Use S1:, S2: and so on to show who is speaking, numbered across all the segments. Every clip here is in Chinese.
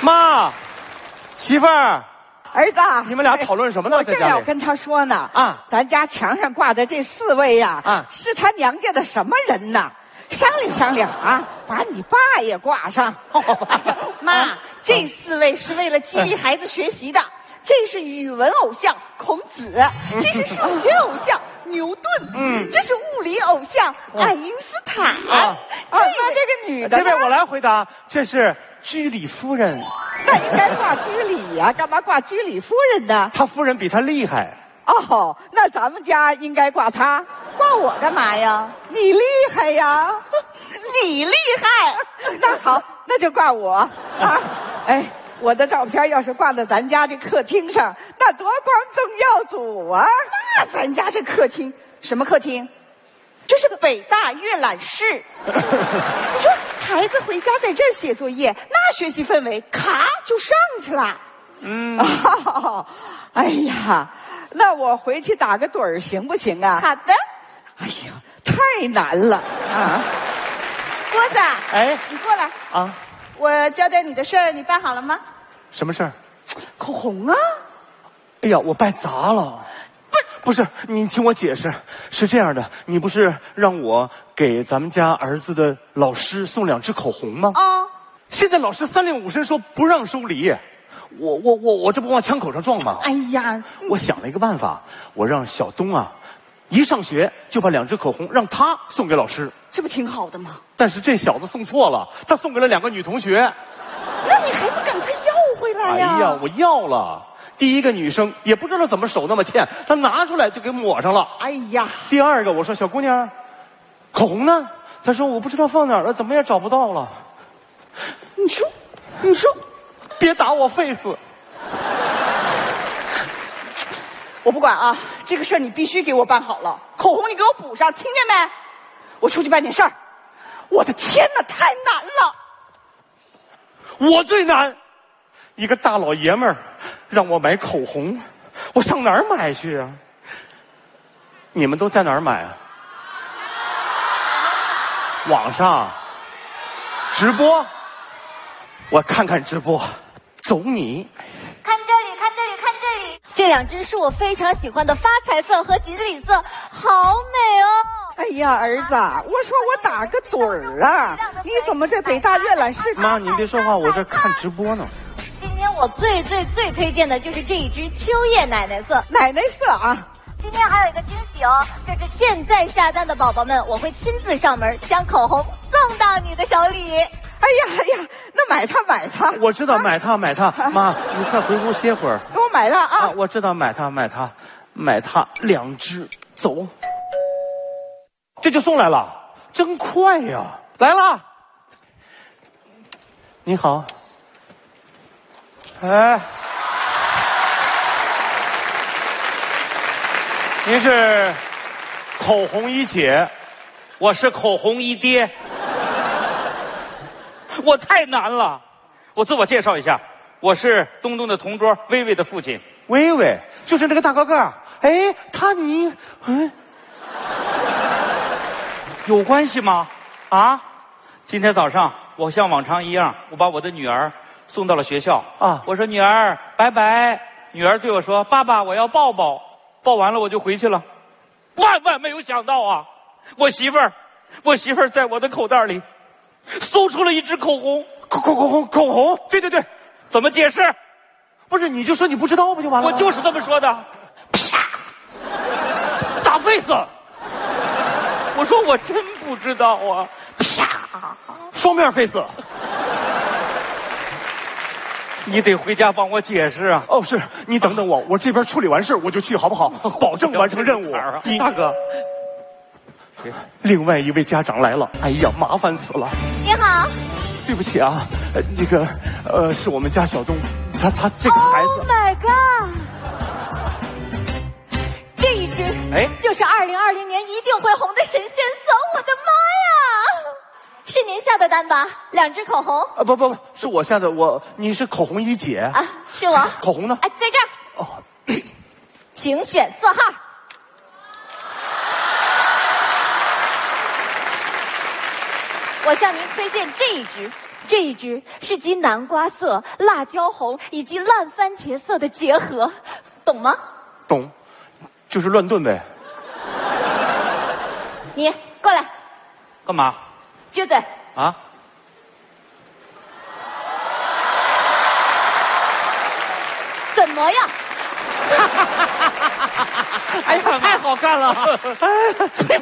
S1: 妈，媳妇儿，
S2: 儿子，啊
S1: 你们俩讨论什么呢
S2: 哎我
S1: 在
S2: 正
S1: 家里
S2: 要跟他说呢。
S1: 啊
S2: 咱家墙上挂的这四位呀，
S1: 啊
S2: 是他娘家的什么人呐？商量商量啊，把你爸也 挂上。
S1: 啊
S3: 妈，这四位是为了激励孩子学习的。这是语文偶像孔子，
S1: 嗯
S3: 这是数学偶像牛顿，嗯，这是物理偶像哎爱因斯坦。
S1: 啊
S2: 啊，那这个女
S1: 这
S2: 的呢，
S1: 位我来回答，这是居里夫人，
S2: 那应该挂居里呀、干嘛挂居里夫人呢？
S1: 他夫人比他厉害。
S2: 哦，那咱们家应该挂她。
S3: 挂我干嘛呀？
S2: 你厉害呀！
S3: 你厉害，
S2: 那好，那就挂 我啊！哎，我的照片要是挂在咱家这客厅上，那多光宗耀祖啊！
S3: 那咱家这客厅什么客厅？这是北大阅览 室。你说孩子回家在这儿写作业，那学习氛围咔就上去了。
S1: 嗯，
S2: 哦 哎呀，那我回去打个盹儿行不行啊？
S3: 好的，
S2: 哎呀，太难了啊！
S3: 郭子，
S1: 哎
S3: 你过来，
S1: 啊，
S3: 我交代你的事儿，你办好了吗？
S1: 什么事儿？
S3: 口红啊，
S1: 哎呀，我拜砸了。不是，你听我解释，是这样的，你不是让我给咱们家儿子的老师送两支口红吗？
S3: 哦，
S1: 现在老师三令五申说不让收礼，我我我我这不往枪口上撞吗？
S3: 哎呀，
S1: 我想了一个办法，我让小东啊，一上学就把两支口红让他送给老师，
S3: 这不挺好的吗？
S1: 但是这小子送错了，他送给了两个女同学。
S3: 那你还不赶快要回来
S1: 哎
S3: 呀？
S1: 呀，我要了。第一个女生也不知道怎么手那么欠，她拿出来就给抹上了。
S3: 哎呀，
S1: 第二个，我说小姑娘，口红呢？她说我不知道放哪儿了，怎么也找不到了。
S3: 你说，你说，
S1: 别打我 face，
S3: 我不管啊，这个事儿你必须给我办好了，口红你给我补上，听见没？我出去办点事儿。我的天哪，太难了！
S1: 我最难。一个大老爷们儿让我买口红，我上哪儿买去啊？你们都在哪儿买啊？网上直播，我看看直播，走你。
S4: 看这里，看这里，看这里，这两只是我非常喜欢的发财色和锦鲤色，好美哦。
S2: 哎呀，儿子，我说我打个盹儿啊，你怎么这北大阅览室？
S1: 哎妈，您别说话，我这看直播呢。
S4: 今天我最最最推荐的就是这一只秋叶奶奶色，
S2: 奶奶色啊！
S4: 今天还有一个惊喜哦，这是现在下单的宝宝们，我会亲自上门将口红送到你的手里。
S2: 哎呀哎呀，那买它买它，
S1: 哎我知道买它买它，妈，你快回屋歇会儿
S2: 给我买了
S1: 啊！
S2: 啊！
S1: 我知道买它买它，买它两只，走，这就送来了，真快呀！来啦，你好，哎，您是口红一姐，
S5: 我是口红一爹，我太难了。我自我介绍一下，我是东东的同桌薇薇的父亲。
S1: 薇薇，就是那个大高个儿，哎，他你，哎。
S5: 有关系吗？啊？今天早上我像往常一样，我把我的女儿送到了学校
S1: 啊
S5: 我说女儿拜拜，女儿对我说爸爸我要抱抱，抱完了我就回去了。万万没有想到啊，我媳妇儿，我媳妇儿在我的口袋里搜出了一支口红，
S1: 口口口红口红，对对对，
S5: 怎么解释？
S1: 不是你就说你不知道不就完了
S5: 我
S1: 吗？
S5: 就是这么说的，啪，打 face。我说我真不知道啊，
S1: 双面 face。
S5: 你得回家帮我解释啊。
S1: 哦，是你等等我，我这边处理完事我就去，好不 好？保证完成任务
S5: 不要这个坎儿啊。
S1: 你
S5: 大哥，
S1: 另外一位家长来了，哎呀，麻烦死了，
S4: 你好
S1: 对不起啊，呃，那个，呃，是我们家小东，他他这个孩
S4: ，Oh
S1: 子，
S4: my god！这一只
S5: 哎
S4: 就是二零二零年一定会红的神仙色，我的妈呀！是您下的单吧？两支口红
S5: 哦
S1: 啊，不不不，是我下的，我你是口红一姐，
S4: 啊，是我。
S1: 口红呢？
S4: 哎，在这儿。
S1: 哦，
S4: 请选色号。我向您推荐这一支，这一只是集南瓜色、辣椒红以及烂番茄色的结合，懂吗？
S1: 懂，就是乱炖呗。
S4: 你过来，
S5: 干嘛
S4: 撅嘴。
S5: 啊？
S4: 怎么样？
S1: 哎呀，太好看了！哎，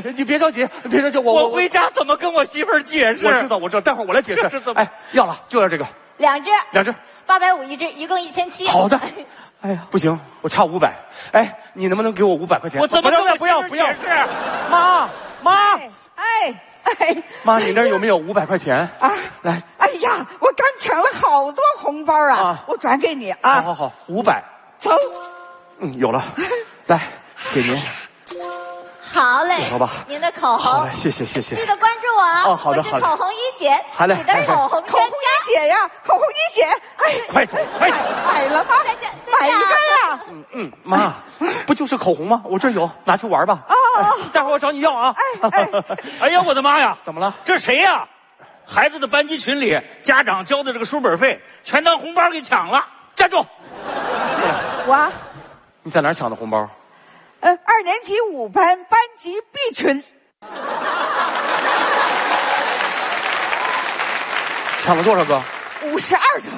S1: 呸！你别着急，别着急，我
S5: 我回家怎么跟我媳妇儿解释？
S1: 我知道，我知道，待会儿我来解释
S5: 这是怎。么
S1: 哎，要了，就要这个，
S4: 两只，
S1: 两只。
S4: 八百五一只，一共一千七。
S1: 好的
S5: 哎呀，
S1: 不行，我差五百。哎，你能不能给我五百块钱？
S5: 我怎么
S1: 不
S5: 跟
S1: 要
S5: 我
S1: 不
S5: 媳妇
S1: 要
S5: 儿
S1: 不要
S5: 解！释？
S1: 妈妈
S2: 哎哎哎
S1: 妈，你那儿有没有五百块钱？
S2: 啊！
S1: 来，
S2: 哎呀，我刚抢了好多红包啊！
S1: 啊
S2: 我转给你
S1: 好
S2: 啊，
S1: 好好，五百。
S2: 走。
S1: 嗯，有了，来，给您。
S4: 好嘞，
S1: 好吧
S4: 您的口
S1: 好
S4: 红
S1: 嘞，，谢谢谢谢
S4: 记。得关注我啊！
S1: 哦好的
S4: 我是
S1: 好的
S4: 口红一姐，
S1: 好嘞
S4: 你的口红
S2: 口
S4: 专
S2: 红
S4: 家。
S2: 一姐呀，口红一姐，哎，
S5: 快走，快走！
S2: 买了吗？
S4: 再见再见啊
S2: 买一个呀！
S1: 嗯嗯，妈，不就是口红吗？我这儿有，拿去玩吧。啊待会儿我找你要啊。
S2: 哎哎，
S5: 哎呀，我的妈呀！
S1: 怎么了？
S5: 这谁呀、孩子的班级群里，家长交的这个书本费，全当红包给抢了。
S1: 站住！呃
S2: 我，
S1: 你在哪儿抢的红包？
S2: 呃，二年级五班班级 B 群，
S1: 抢了多少个？
S2: 五十二个。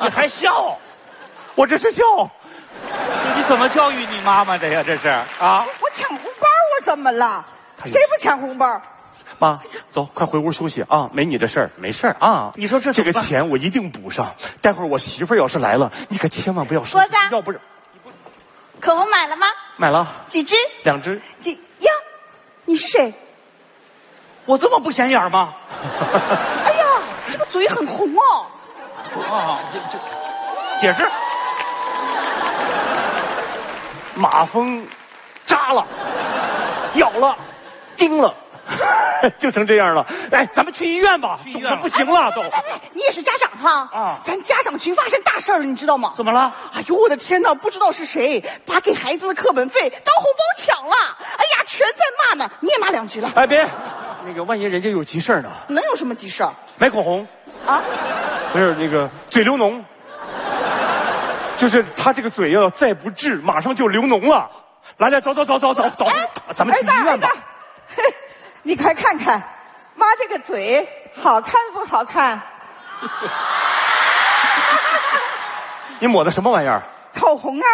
S5: 你还笑？
S1: 我这是笑。
S5: 你怎么教育你妈妈的呀？这是啊？
S2: 我抢红包，我怎么了？
S1: 他有
S2: 谁不抢红包？
S1: 妈，啊走，快回屋休息啊！没你的事儿，没事儿啊。
S5: 你说这
S1: 这个
S5: 怎么办
S1: 钱我一定补上。待会儿我媳妇儿要是来了，你可千万不要说
S4: 国子，
S1: 要不然
S3: 口红买了吗？
S1: 买了
S3: 几支？
S1: 两只。
S3: 几呀？你是谁？
S5: 我这么不显眼吗？
S3: 哎呀，这个嘴很红哦。
S5: 啊，解释。
S1: 马蜂扎了，咬了，叮了， 就成这样了。哎，咱们去医院吧，
S5: 去医
S1: 肿
S5: 院
S1: 的
S5: 了
S1: 不行了都。
S3: 哎你也是家长哈？
S5: 啊
S3: 咱家长群发生大事儿了，你知道吗？
S5: 怎么了？
S3: 哎呦，我的天哪！不知道是谁把给孩子的课本费当红包抢了。哎呀，全在骂呢。你也骂两句了，
S1: 哎，别，那个万一人家有急事儿呢？
S3: 能有什么急事儿
S1: 买口红，
S3: 啊？
S1: 不是那个嘴流脓，就是他这个嘴要再不治，马上就流脆了。来来，走走走走走走，
S2: 哎
S1: 咱们去医院吧。
S2: 儿子。儿子 你快看看，妈这个嘴好看不好看？
S1: 你抹的什么玩意儿？
S2: 口红啊！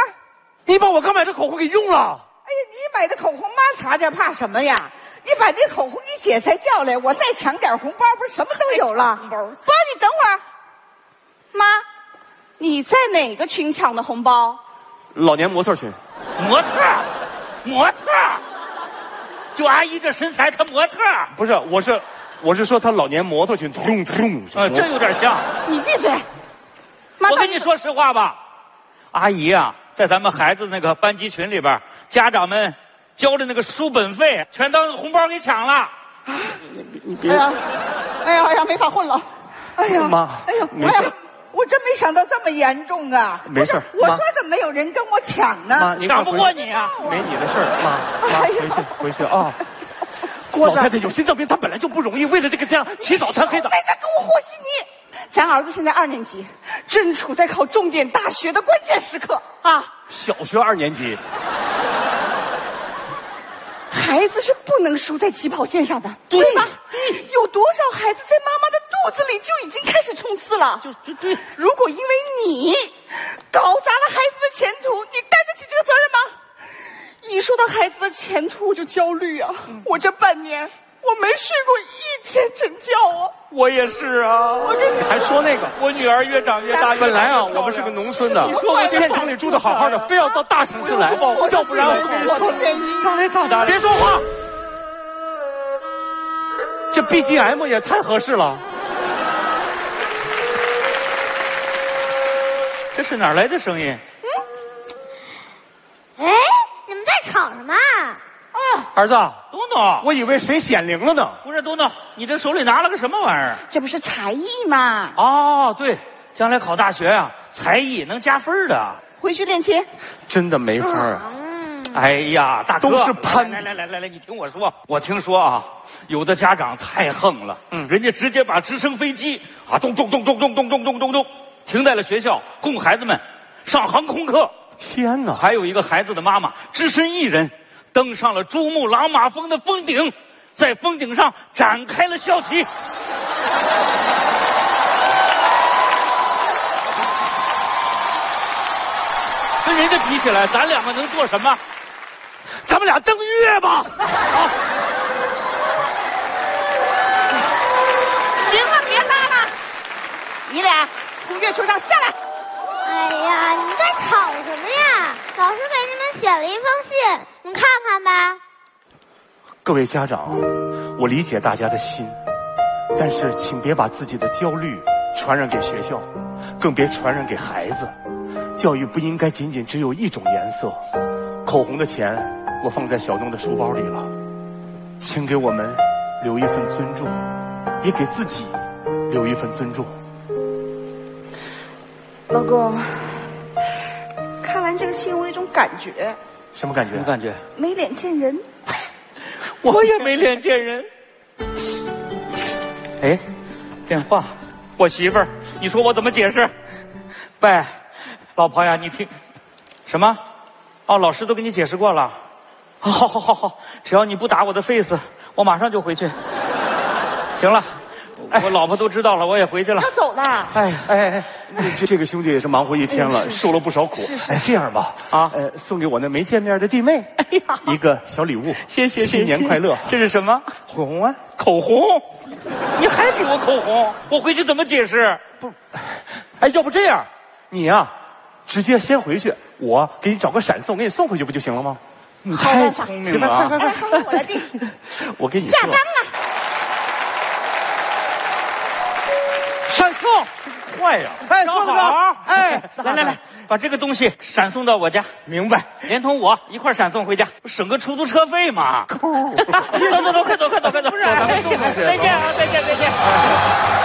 S1: 你把我刚买的口红给用了。
S2: 哎呀，你买的口红妈擦点，怕什么呀？你把那口红一姐再叫来，我再抢点红包，不是什么都有了？
S3: 不，你等会儿，妈，你在哪个群抢的红包？
S1: 老年模特群，
S5: 模特儿，模特儿，就阿姨这身材，她模特儿。
S1: 不是，我是，我是说他老年模特群，咚咚。
S5: 呃，这有点像。
S3: 你闭嘴！妈，
S5: 我跟你说实话吧，阿姨啊，在咱们孩子那个班级群里边，家长们交的那个书本费，全当红包给抢了。
S3: 哎呀，哎呀，哎呀，没法混了。
S2: 哎呀，
S1: 妈
S2: 哎呦，
S1: 没
S2: 哎
S1: 事
S2: 呀，我真没想到这么严重啊！
S1: 没事
S2: 不是我
S1: 妈
S2: 说怎么有人跟我抢呢？
S1: 妈，您
S5: 抢不过
S1: 快回去，
S5: 你啊！
S1: 没你的事儿。妈，妈
S2: 哎呀
S1: 回去回去啊。
S3: 郭
S1: 老
S3: 子
S1: 太太有心脏病，她本来就不容易，为了这个家起早贪黑的。
S3: 在这跟我和稀泥。咱儿子现在二年级，正处在考重点大学的关键时刻啊！
S1: 小学二年级，
S3: 孩子是不能输在起跑线上的，对吗？有多少孩子在妈妈的肚子里就已经开始冲刺了？就就对。如果因为你搞砸了孩子的前途，你担得起这个责任吗？一说到孩子的前途，我就焦虑啊！我这半年我没睡过一天整觉啊！
S5: 我也是啊，
S3: 我跟你
S1: 还说那个。
S5: 我女儿越长越大。
S1: 本来啊，
S5: 越长越
S1: 我们是个
S5: 漂亮
S1: 农村的，
S5: 你说我这
S1: 县城里住的好好的，非要到大城市来，要不然我跟你
S3: 我不愿意
S1: 说，长来长大，别说话。这 BGM 也太合适了，
S5: 这是哪儿来的声音？
S4: 哎，你们在吵什么？啊
S1: 儿子，
S5: 东东，
S1: 我以为谁显灵了呢。
S5: 啊不是东东，你这手里拿了个什么玩意儿？
S3: 这不是才艺吗？
S5: 哦，对，将来考大学啊，才艺能加分的。
S3: 回去练琴。
S1: 真的没法啊！
S5: 哎呀，大哥，
S1: 都是攀
S5: 来来来来来，你听我说，我听说啊，有的家长太横了，嗯，人家直接把直升飞机啊，咚咚咚咚咚咚咚咚咚咚，停在了学校，供孩子们上航空课。
S1: 天哪！
S5: 还有一个孩子的妈妈只身一人登上了珠穆朗玛峰的峰顶，在峰顶上展开了校旗。跟人家比起来，咱两个能做什么？
S1: 咱们俩登月吧！
S3: 行了，别拉了，你俩从月球上下来。
S6: 哎呀，你们在吵什么呀？老师给你们写了一封信，你看看吧。
S1: 各位家长，我理解大家的心，但是请别把自己的焦虑传染给学校，更别传染给孩子。教育不应该仅仅只有一种颜色。口红的钱我放在小东的书包里了，请给我们留一份尊重，也给自己留一份尊重。
S2: 老公，看完这个信，我有一种感觉，
S1: 什么感觉？啊
S5: 感觉？
S2: 没脸见 人。
S5: 我也没脸见人。 哎，电话，我媳妇儿，你说我怎么解释？喂，老婆呀，你听，什么？哦，老师都给你解释过了。哦好好好好，只要你不打我的 face，我马上就回去。行了，哎我老婆都知道了，我也回去了。
S3: 要走了，
S1: 哎哎哎，这这个兄弟也是忙活一天了，受了不少苦。哎，这样吧，
S5: 啊
S1: 呃，送给我那没见面的弟妹，哎呀，一个小礼物，
S5: 谢谢，谢谢
S1: 新年快 乐，
S5: 这是什么？
S1: 火红啊！
S5: 口红？你还给我口红？我回去怎么解释？
S1: 哎，要不这样，你呀、直接先回去，我给你找个闪送，给你送回去不就行了吗？
S5: 你太聪明了啊！
S3: 哎，后面我来定。
S1: 我给你
S3: 下
S1: 说
S3: 班了，
S1: 闪送，坏呀、哎，
S5: 正
S1: 郭子
S5: 好
S1: 纲，哎，
S5: 来来来，把这个东西闪送到我家，
S1: 明 白。
S5: 连同我一块儿闪送回家，省个出租车费 嘛。
S1: 哎
S5: 走走走，快走快走快走，走咱们送回去再见啊，再见再见。